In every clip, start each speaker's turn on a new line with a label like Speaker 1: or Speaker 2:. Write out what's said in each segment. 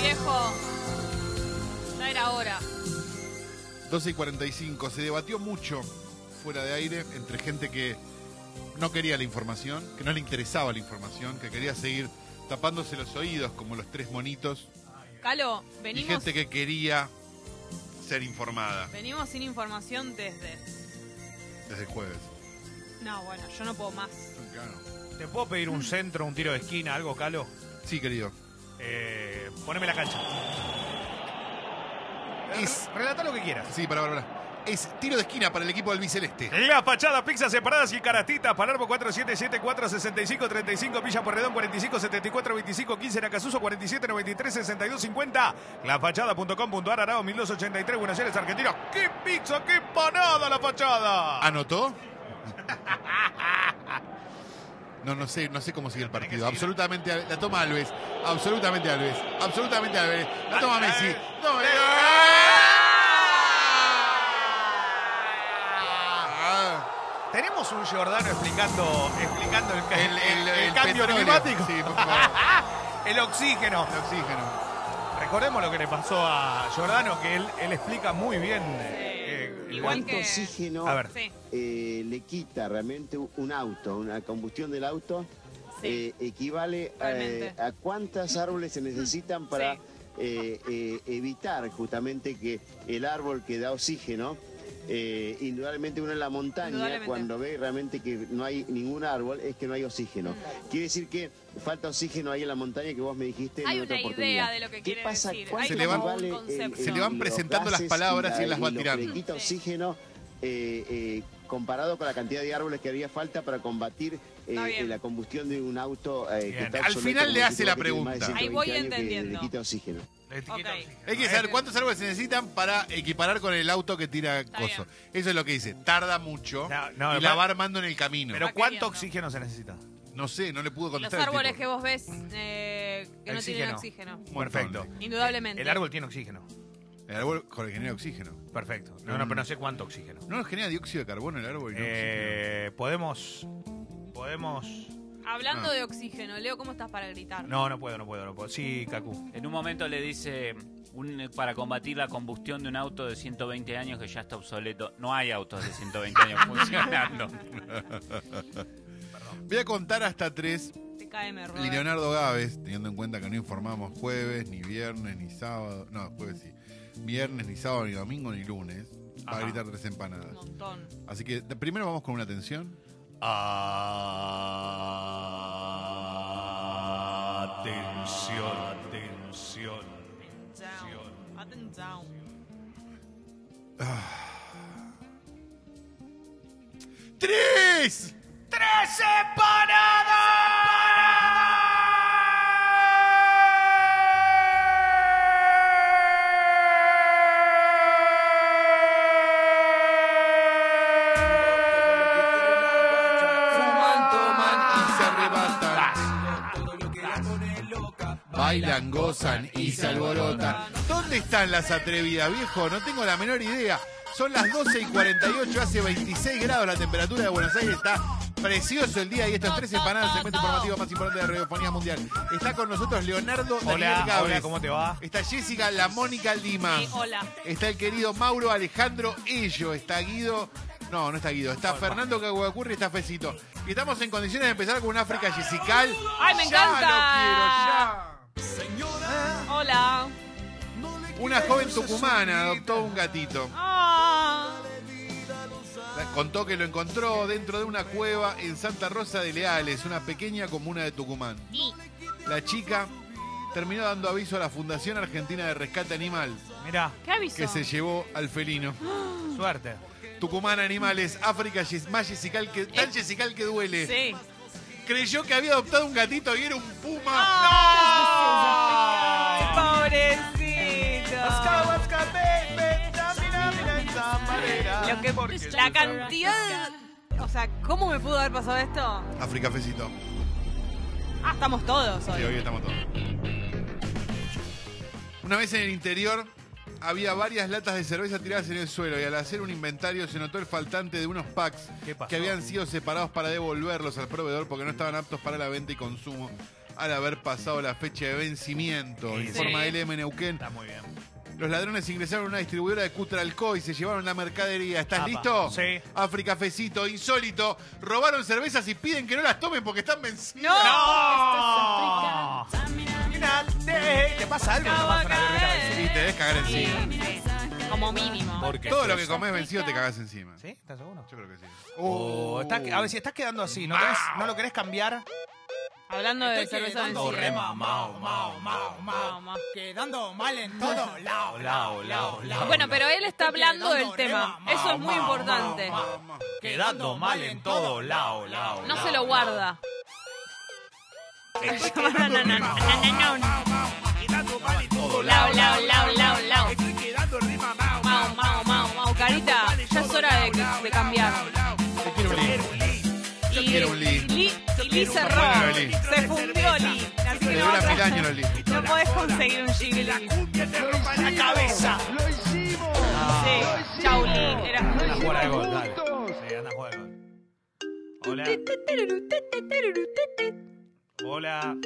Speaker 1: viejo. Ya era hora.
Speaker 2: 12 y 45. Se debatió mucho fuera de aire entre gente que no quería la información, que no le interesaba la información, que quería seguir tapándose los oídos como los tres monitos,
Speaker 1: Calo,
Speaker 2: y
Speaker 1: venimos,
Speaker 2: gente que quería ser informada
Speaker 1: venimos sin información desde.
Speaker 2: desde el jueves.
Speaker 1: No, bueno, yo no puedo más.
Speaker 3: ¿Te puedo pedir un centro, un tiro de esquina, algo, Calo?
Speaker 2: Sí, querido.
Speaker 3: Eh, poneme la cancha.
Speaker 2: Es-
Speaker 3: Eh, Relata lo que quieras.
Speaker 2: Sí, para, para, para. Es tiro de esquina para el equipo del Biceleste.
Speaker 3: La Fachada, pizzas separadas y caratitas. Palermo 477-465-35, Villa Porredón 45-74-25-15, Nacasuso 47-93-62-50. Lafachada.com.ar, Arado 1283, Buenos Aires, Argentina. ¡Qué pizza, qué panada La Fachada!
Speaker 2: ¿Anotó? No, no sé, no sé cómo sigue el partido. Absolutamente, Al- la toma Alves. Absolutamente Alves. Absolutamente Alves. La toma Messi. eh, La toma Messi. Ah,
Speaker 3: Tenemos un Giordano explicando, explicando el, ca-
Speaker 2: El, el-
Speaker 3: el
Speaker 2: el
Speaker 3: cambio
Speaker 2: petróleo.
Speaker 3: climático.
Speaker 2: Sí, por favor.
Speaker 3: El oxígeno.
Speaker 2: El oxígeno.
Speaker 3: Recordemos lo que le pasó a Giordano, que él, él explica muy bien. eh, eh,
Speaker 1: Igual
Speaker 4: ¿Cuánto
Speaker 1: que-
Speaker 4: oxígeno
Speaker 3: A ver.
Speaker 1: Sí,
Speaker 4: eh, le quita realmente un auto, una combustión del auto,
Speaker 1: sí.
Speaker 4: eh, equivale a,
Speaker 1: Realmente.
Speaker 4: a cuántas árboles se necesitan para
Speaker 1: Sí.
Speaker 4: eh, eh, evitar justamente que el árbol que da oxígeno, eh, indudablemente uno en la montaña,
Speaker 1: Indudablemente.
Speaker 4: cuando ve realmente que no hay ningún árbol, es que no hay oxígeno.
Speaker 1: Mm.
Speaker 4: Quiere decir que falta oxígeno ahí en la montaña que vos me dijiste
Speaker 1: Hay
Speaker 4: en otra
Speaker 1: una idea
Speaker 4: oportunidad.
Speaker 1: de lo que
Speaker 4: ¿Qué
Speaker 1: quiere
Speaker 4: pasa?
Speaker 1: decir.
Speaker 4: ¿Cuánto
Speaker 1: Hay
Speaker 2: Se le van-
Speaker 1: como un
Speaker 4: equivale el-
Speaker 1: concepto.
Speaker 2: Se le van
Speaker 4: los
Speaker 2: presentando las
Speaker 4: gases
Speaker 2: palabras y él las va
Speaker 4: lo que
Speaker 2: tirando.
Speaker 4: le quita
Speaker 1: Sí.
Speaker 4: oxígeno eh, eh, comparado con la cantidad de árboles que haría falta para combatir eh,
Speaker 1: Está bien.
Speaker 4: eh, la combustión de un auto eh,
Speaker 3: Bien.
Speaker 4: que está
Speaker 2: Al
Speaker 4: obsoleto,
Speaker 2: final le
Speaker 4: como
Speaker 2: hace la
Speaker 4: que tiene más de
Speaker 2: pregunta.
Speaker 1: Ahí voy
Speaker 4: 120 años que
Speaker 1: entendiendo.
Speaker 4: Le quita oxígeno.
Speaker 3: la etiqueta
Speaker 1: Ok.
Speaker 3: oxígeno.
Speaker 2: Hay que saber cuántos árboles se necesitan para equiparar con el auto que tira coso. Eso es lo que dice. Tarda mucho
Speaker 3: No, no,
Speaker 2: y la
Speaker 3: pa-
Speaker 2: va armando en el camino.
Speaker 1: Va
Speaker 3: Pero ¿cuánto
Speaker 1: queriendo.
Speaker 3: oxígeno se necesita?
Speaker 2: no sé, no le pudo
Speaker 1: Los
Speaker 2: contestar. el tipo.
Speaker 1: árboles que vos ves eh, que no tienen oxígeno.
Speaker 3: Perfecto.
Speaker 1: Indudablemente.
Speaker 3: El árbol tiene oxígeno.
Speaker 2: El árbol co- genera oxígeno.
Speaker 3: Perfecto. No, no, pero no sé cuánto oxígeno.
Speaker 2: No nos genera dióxido de carbono el árbol. y no
Speaker 3: Eh, podemos. Podemos.
Speaker 1: Hablando
Speaker 2: Ah.
Speaker 1: de oxígeno, Leo, ¿cómo estás para gritar?
Speaker 3: No, no puedo, no puedo, no puedo. Sí, Cacu.
Speaker 5: En un momento le dice un- para combatir la combustión de un auto de 120 años que ya está obsoleto. No hay autos de 120 años funcionando.
Speaker 2: oxígeno. Voy a contar hasta tres.
Speaker 1: Te cae me
Speaker 2: Y Leonardo Gávez, teniendo en cuenta que no informamos jueves, ni viernes, ni sábado. No, jueves sí. Viernes, ni sábado, ni domingo, ni lunes. Va a
Speaker 5: Ajá.
Speaker 2: gritar tres empanadas.
Speaker 1: Un montón.
Speaker 2: Así que de- primero vamos con una atención.
Speaker 3: Atención, atención.
Speaker 1: Atención. Atención.
Speaker 2: ¡Tres!
Speaker 3: ¡Tres empanadas!
Speaker 2: Fuman, toman y se arrebatan.
Speaker 3: Ah.
Speaker 2: Bailan, gozan y se alborotan. ¿Dónde están las atrevidas, viejo? No tengo la menor idea. Son las 12 y 48, hace 26 grados la temperatura de Buenos Aires. Está precioso el día y estos tres empanadas, el segmento informativo más importante de la radiofonía mundial. Está con nosotros Leonardo Daniel
Speaker 3: Hola,
Speaker 2: Gávez.
Speaker 3: hola, ¿cómo te va?
Speaker 2: Está Jessica La Mónica Lima.
Speaker 1: Eh, hola.
Speaker 2: Está el querido Mauro Alejandro Ello. Está Guido. No, no está Guido. Está Fernando Caguacurri. Está Fecito. Y estamos en condiciones de empezar con un África Jessical.
Speaker 1: ¡Ay, me
Speaker 2: Ya
Speaker 1: encanta!
Speaker 2: lo quiero,
Speaker 1: Hola.
Speaker 2: ya. Una joven tucumana adoptó un gatito.
Speaker 1: Ah.
Speaker 2: La- Contó que lo encontró dentro de una cueva en Santa Rosa de Leales, una pequeña comuna de Tucumán.
Speaker 1: Sí.
Speaker 2: La chica terminó dando aviso a la Fundación Argentina de Rescate Animal,
Speaker 3: Mirá,
Speaker 1: ¿Qué aviso?
Speaker 2: que se llevó al felino.
Speaker 3: suerte.
Speaker 2: Tucumán Animales, África, yes- más Jessical que, tan
Speaker 3: Eh,
Speaker 2: Jessical que duele.
Speaker 1: Sí.
Speaker 2: Creyó que había adoptado un gatito y era un puma.
Speaker 3: ¡Ah!
Speaker 1: ¡Ay, pobrecito! Lo que- la cantidad de- O sea, ¿cómo me pudo haber pasado esto? Ah,
Speaker 2: África Fecito.
Speaker 1: estamos todos
Speaker 2: Sí,
Speaker 1: hoy.
Speaker 2: hoy estamos todos. Una vez en el interior había varias latas de cerveza tiradas en el suelo y al hacer un inventario se notó el faltante de unos packs
Speaker 3: ¿Qué pasó?
Speaker 2: que habían sido separados para devolverlos al proveedor porque no estaban aptos para la venta y consumo. al haber pasado la fecha de vencimiento.
Speaker 3: Sí.
Speaker 2: Informa LM Neuquén.
Speaker 3: Está muy bien.
Speaker 2: Los ladrones ingresaron a una distribuidora de Cutralco y se llevaron la mercadería. ¿Estás
Speaker 6: Apa.
Speaker 2: listo?
Speaker 3: Sí.
Speaker 2: África Fecito, insólito. Robaron cervezas y piden que no las tomen porque están vencidas.
Speaker 1: No.
Speaker 3: ¡No!
Speaker 6: Imagínate, te pasa algo,
Speaker 1: Acabo
Speaker 6: tomás
Speaker 1: de
Speaker 6: una bebida
Speaker 1: caer.
Speaker 6: vencida.
Speaker 2: Y te debes cagar
Speaker 1: Sí,
Speaker 2: encima.
Speaker 1: sí. Como mínimo.
Speaker 6: Porque-
Speaker 2: Todo lo que comes vencido te cagas encima.
Speaker 6: ¿Sí? ¿Estás seguro?
Speaker 2: Yo creo que sí.
Speaker 6: Oh, estás que- a ver si estás quedando así, ¿no, querés- no lo querés cambiar?
Speaker 1: Hablando de cerveza
Speaker 6: quedando
Speaker 1: vencida.
Speaker 6: re mamao, mao, mao, mao.
Speaker 1: Mamá.
Speaker 6: Quedando mal en todo lado, lao, lao, lao.
Speaker 1: Bueno, pero él está
Speaker 6: Estoy
Speaker 1: hablando del
Speaker 6: quedando re
Speaker 1: tema.
Speaker 6: mamao,
Speaker 1: Eso es muy
Speaker 6: mao,
Speaker 1: importante.
Speaker 6: mao, mao. Quedando mal en todo lado, lao.
Speaker 1: No
Speaker 6: lao,
Speaker 1: se lo
Speaker 6: lao.
Speaker 1: guarda. Se llama nananón. Nananón.
Speaker 6: Quedando mal en todo
Speaker 1: Lao, lao, lao, lao, lao.
Speaker 6: Estoy quedando re mamao,
Speaker 1: Mau, mau, mau, mau. Carita, ya es hora de, que- de cambiar.
Speaker 2: Te quiero un libro.
Speaker 1: Y
Speaker 2: quiero un Lee.
Speaker 1: Lee, y Lee cerró.
Speaker 2: Bueno, Lee.
Speaker 1: Se fundió Lee. Así que no,
Speaker 2: Celebra mil
Speaker 1: vas a-
Speaker 2: años los libros.
Speaker 1: no podés conseguir un Jig Lee.
Speaker 6: cumbia te rompa la cabeza.
Speaker 1: Sí, chau Lee. Eras muy
Speaker 6: Anda a jugar al gol, dale. Sí, anda a jugar al gol. Hola. Hola.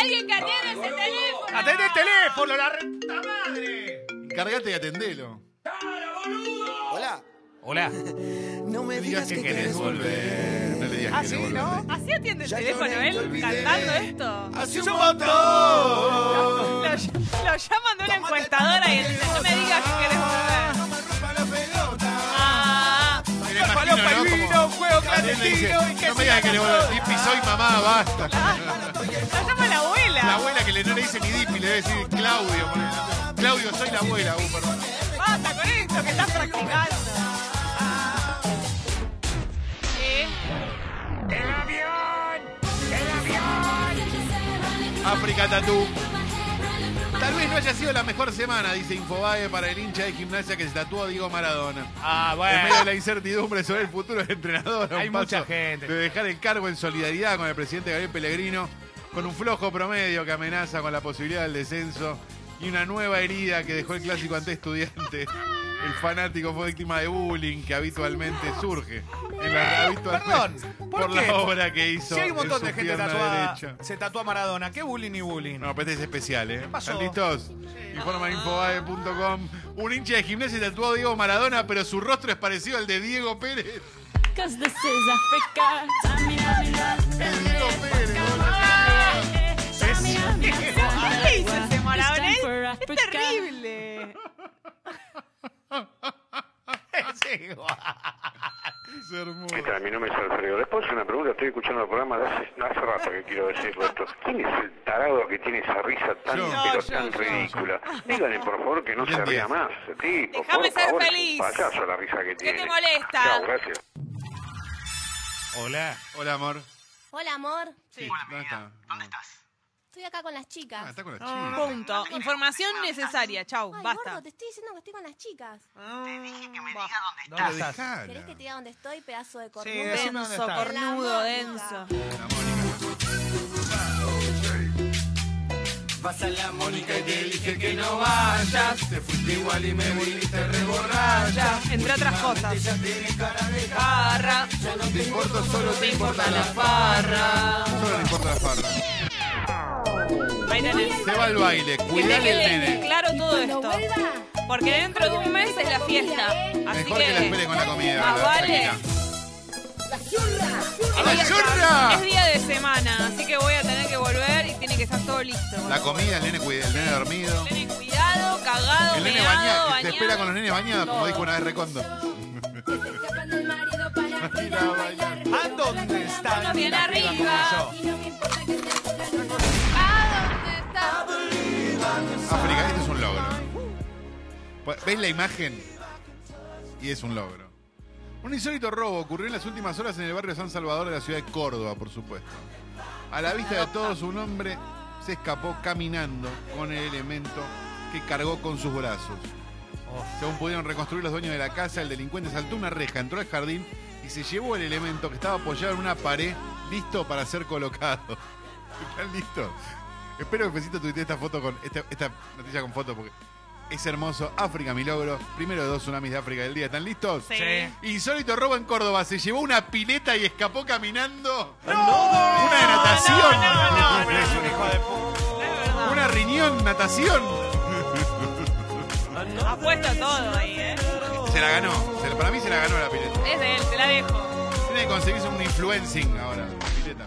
Speaker 1: Alguien que atienda ese teléfono.
Speaker 6: ¡Atende el teléfono, la renta madre!
Speaker 2: Encargate y atendelo.
Speaker 7: Hola.
Speaker 6: Hola.
Speaker 7: No me digas que querés
Speaker 2: volver. No le digas
Speaker 6: Ah,
Speaker 2: que
Speaker 6: sí,
Speaker 2: no volvés.
Speaker 6: ¿no?
Speaker 1: Así atiende el
Speaker 7: Ya
Speaker 1: teléfono
Speaker 7: lloré, te
Speaker 1: él
Speaker 7: olvidé.
Speaker 1: cantando esto.
Speaker 6: ¡Hace un montón!
Speaker 1: Lo, lo llaman de una encuestadora y él dice, no me digas que querés volver. Ah,
Speaker 2: Me lo
Speaker 6: Una
Speaker 2: imagino,
Speaker 6: palopa
Speaker 2: ¿no?
Speaker 6: y
Speaker 2: Como-
Speaker 6: vino, un juego
Speaker 2: También le dice,
Speaker 6: clandestino y que
Speaker 2: No me digas que le volvés. Dipi, soy mamá, basta.
Speaker 1: lo llama la abuela.
Speaker 2: La abuela que le, no le dice ni Dipi, le debe decir Claudio. ponele. Claudio, soy la abuela. Uh, perdón.
Speaker 1: Basta con esto que estás practicando. ¿Qué?
Speaker 2: África Tatú. Tal vez no haya sido la mejor semana, dice Infobae, para el hincha de gimnasia que se tatuó a Diego Maradona.
Speaker 6: Ah,
Speaker 2: En medio de
Speaker 6: bueno.
Speaker 2: la incertidumbre sobre el futuro del entrenador, a un
Speaker 6: Hay mucha
Speaker 2: paso
Speaker 6: gente.
Speaker 2: de dejar el cargo en solidaridad con el presidente Gabriel Pellegrino, con un flojo promedio que amenaza con la posibilidad del descenso y una nueva herida que dejó el clásico ante estudiantes. El fanático fue víctima de bullying que habitualmente surge en la, habitualmente
Speaker 6: Perdón, ¿por
Speaker 2: por,
Speaker 6: qué?
Speaker 2: la obra que hizo.
Speaker 6: Si hay un montón
Speaker 2: en su
Speaker 6: de gente
Speaker 2: pierna
Speaker 6: tatuada,
Speaker 2: derecha.
Speaker 6: se tatúa Maradona. ¿Qué bullying y bullying?
Speaker 2: No, pero este es especial, ¿eh?
Speaker 6: pasó?
Speaker 2: ¿Están listos? Informa en infobae.com. Un hincha de gimnasia tatuó a Diego Maradona, pero su rostro es parecido al de Diego Pérez. Es Diego Pérez, boludo. Ah,
Speaker 1: ¿Qué hizo ese Maradona? Es terrible.
Speaker 6: Sí, guau.
Speaker 2: Es hermoso.
Speaker 8: Mira, mi nombre es Alfredo. Después una pregunta, estoy escuchando el programa de hace, no hace rato que quiero decirlo esto. ¿Quién es el tarado que tiene esa risa tan,
Speaker 2: Yo.
Speaker 8: pero
Speaker 1: Yo,
Speaker 8: tan
Speaker 1: yo, yo.
Speaker 8: ridícula? Díganle, por favor, que no
Speaker 2: Bien,
Speaker 8: se ría
Speaker 2: bien.
Speaker 8: más, ese tipo.
Speaker 1: Déjame ser
Speaker 8: por favor, es un
Speaker 1: feliz.
Speaker 8: payaso la risa que tiene.
Speaker 1: te molesta?
Speaker 8: Chao, gracias.
Speaker 6: Hola.
Speaker 2: Hola, amor.
Speaker 9: Hola, amor.
Speaker 2: Sí, ¿Dónde está? ¿Dónde estás?
Speaker 9: Estoy acá con las
Speaker 2: Ah,
Speaker 9: chicas.
Speaker 2: está con la chica.
Speaker 1: Punto. Información necesaria. Chau,
Speaker 9: Ay,
Speaker 1: basta.
Speaker 9: gordo, te estoy diciendo que estoy con las chicas.
Speaker 6: ¿Dónde
Speaker 2: Pero
Speaker 6: estás?
Speaker 2: dejala.
Speaker 9: ¿Querés que te diga dónde estoy, pedazo de
Speaker 6: Sí,
Speaker 9: cornudo?
Speaker 6: decime dónde
Speaker 1: Denso,
Speaker 6: estás.
Speaker 1: cornudo, denso.
Speaker 2: La Mónica.
Speaker 7: Vas a la Mónica
Speaker 2: Que te dije que no vayas. Te fuiste igual y me viniste reborracha.
Speaker 1: Entre otras cosas. Barra.
Speaker 2: No te importa, solo te importa la
Speaker 1: farra.
Speaker 2: Solo le importa la farra.
Speaker 1: Ahí tenés.
Speaker 2: Se va al baile.
Speaker 1: Que
Speaker 2: Cuidale el
Speaker 1: quede
Speaker 2: nene.
Speaker 1: claro todo
Speaker 9: No
Speaker 1: esto.
Speaker 9: vuelva.
Speaker 1: Porque dentro de un mes es la fiesta. Así
Speaker 2: Mejor que la espere con la comida.
Speaker 1: Más
Speaker 2: la
Speaker 1: vale.
Speaker 2: Mónica.
Speaker 1: Es
Speaker 2: ¡A la
Speaker 1: día-
Speaker 2: chorra!
Speaker 1: Es día de semana, así que voy a tener que volver y tiene que estar todo listo.
Speaker 2: La comida, el nene, cuida- el nene dormido.
Speaker 1: Tené cuidado, cagado,
Speaker 2: El nene
Speaker 1: meado,
Speaker 2: bañado. Te
Speaker 1: bañado.
Speaker 2: espera con los nenes bañados, como
Speaker 1: Todo.
Speaker 2: dijo una vez Recondo. Mira, bailar.
Speaker 6: ¿A dónde estás?
Speaker 1: Bueno, bien arriba.
Speaker 6: Como yo.
Speaker 1: ¿A dónde está?
Speaker 2: África, este es un logro. Pues, ¿Ves la imagen? Y es un logro. Un insólito robo ocurrió en las últimas horas en el barrio San Salvador de la ciudad de Córdoba, por supuesto. A la vista de todos, un hombre se escapó caminando con el elemento que cargó con sus brazos. Según pudieron reconstruir los dueños de la casa, el delincuente saltó una reja, entró al jardín y se llevó el elemento que estaba apoyado en una pared, listo para ser colocado. ¿Están listos? Espero que Fecito tuitee esta foto con. Esta, esta noticia con foto porque Es hermoso. África, mi logro. Primero de dos tsunamis de África del día. ¿Están listos?
Speaker 1: Sí.
Speaker 2: Insólito robo en Córdoba. Se llevó una pileta y escapó caminando. Una de natación.
Speaker 1: No, no, no,
Speaker 3: Es un hijo de
Speaker 2: Una riñón, natación.
Speaker 1: Ha puesto todo ahí, ¿eh?
Speaker 2: Se la ganó. Se la- para mí se la ganó la pileta.
Speaker 1: Es de él, te la dejo.
Speaker 2: Tiene que conseguirse un influencing ahora. Pileta.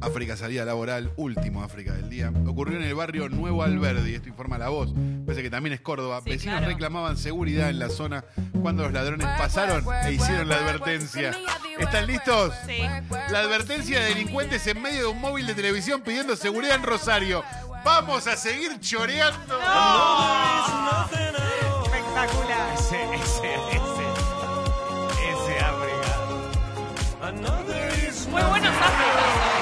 Speaker 2: África salida laboral, último África del día. Ocurrió en el barrio Nuevo Alberdi, esto informa la voz. Parece que también es Córdoba.
Speaker 1: Sí,
Speaker 2: Vecinos
Speaker 1: claro.
Speaker 2: reclamaban seguridad en la zona cuando los ladrones pasaron e hicieron la advertencia. ¿Están listos?
Speaker 1: Sí.
Speaker 2: La advertencia de delincuentes en medio de un móvil de televisión pidiendo seguridad en Rosario. Vamos a seguir choreando.
Speaker 1: Espectacular.
Speaker 3: Ese, ese, ese. Ese África.
Speaker 1: Muy buenos Áfricas.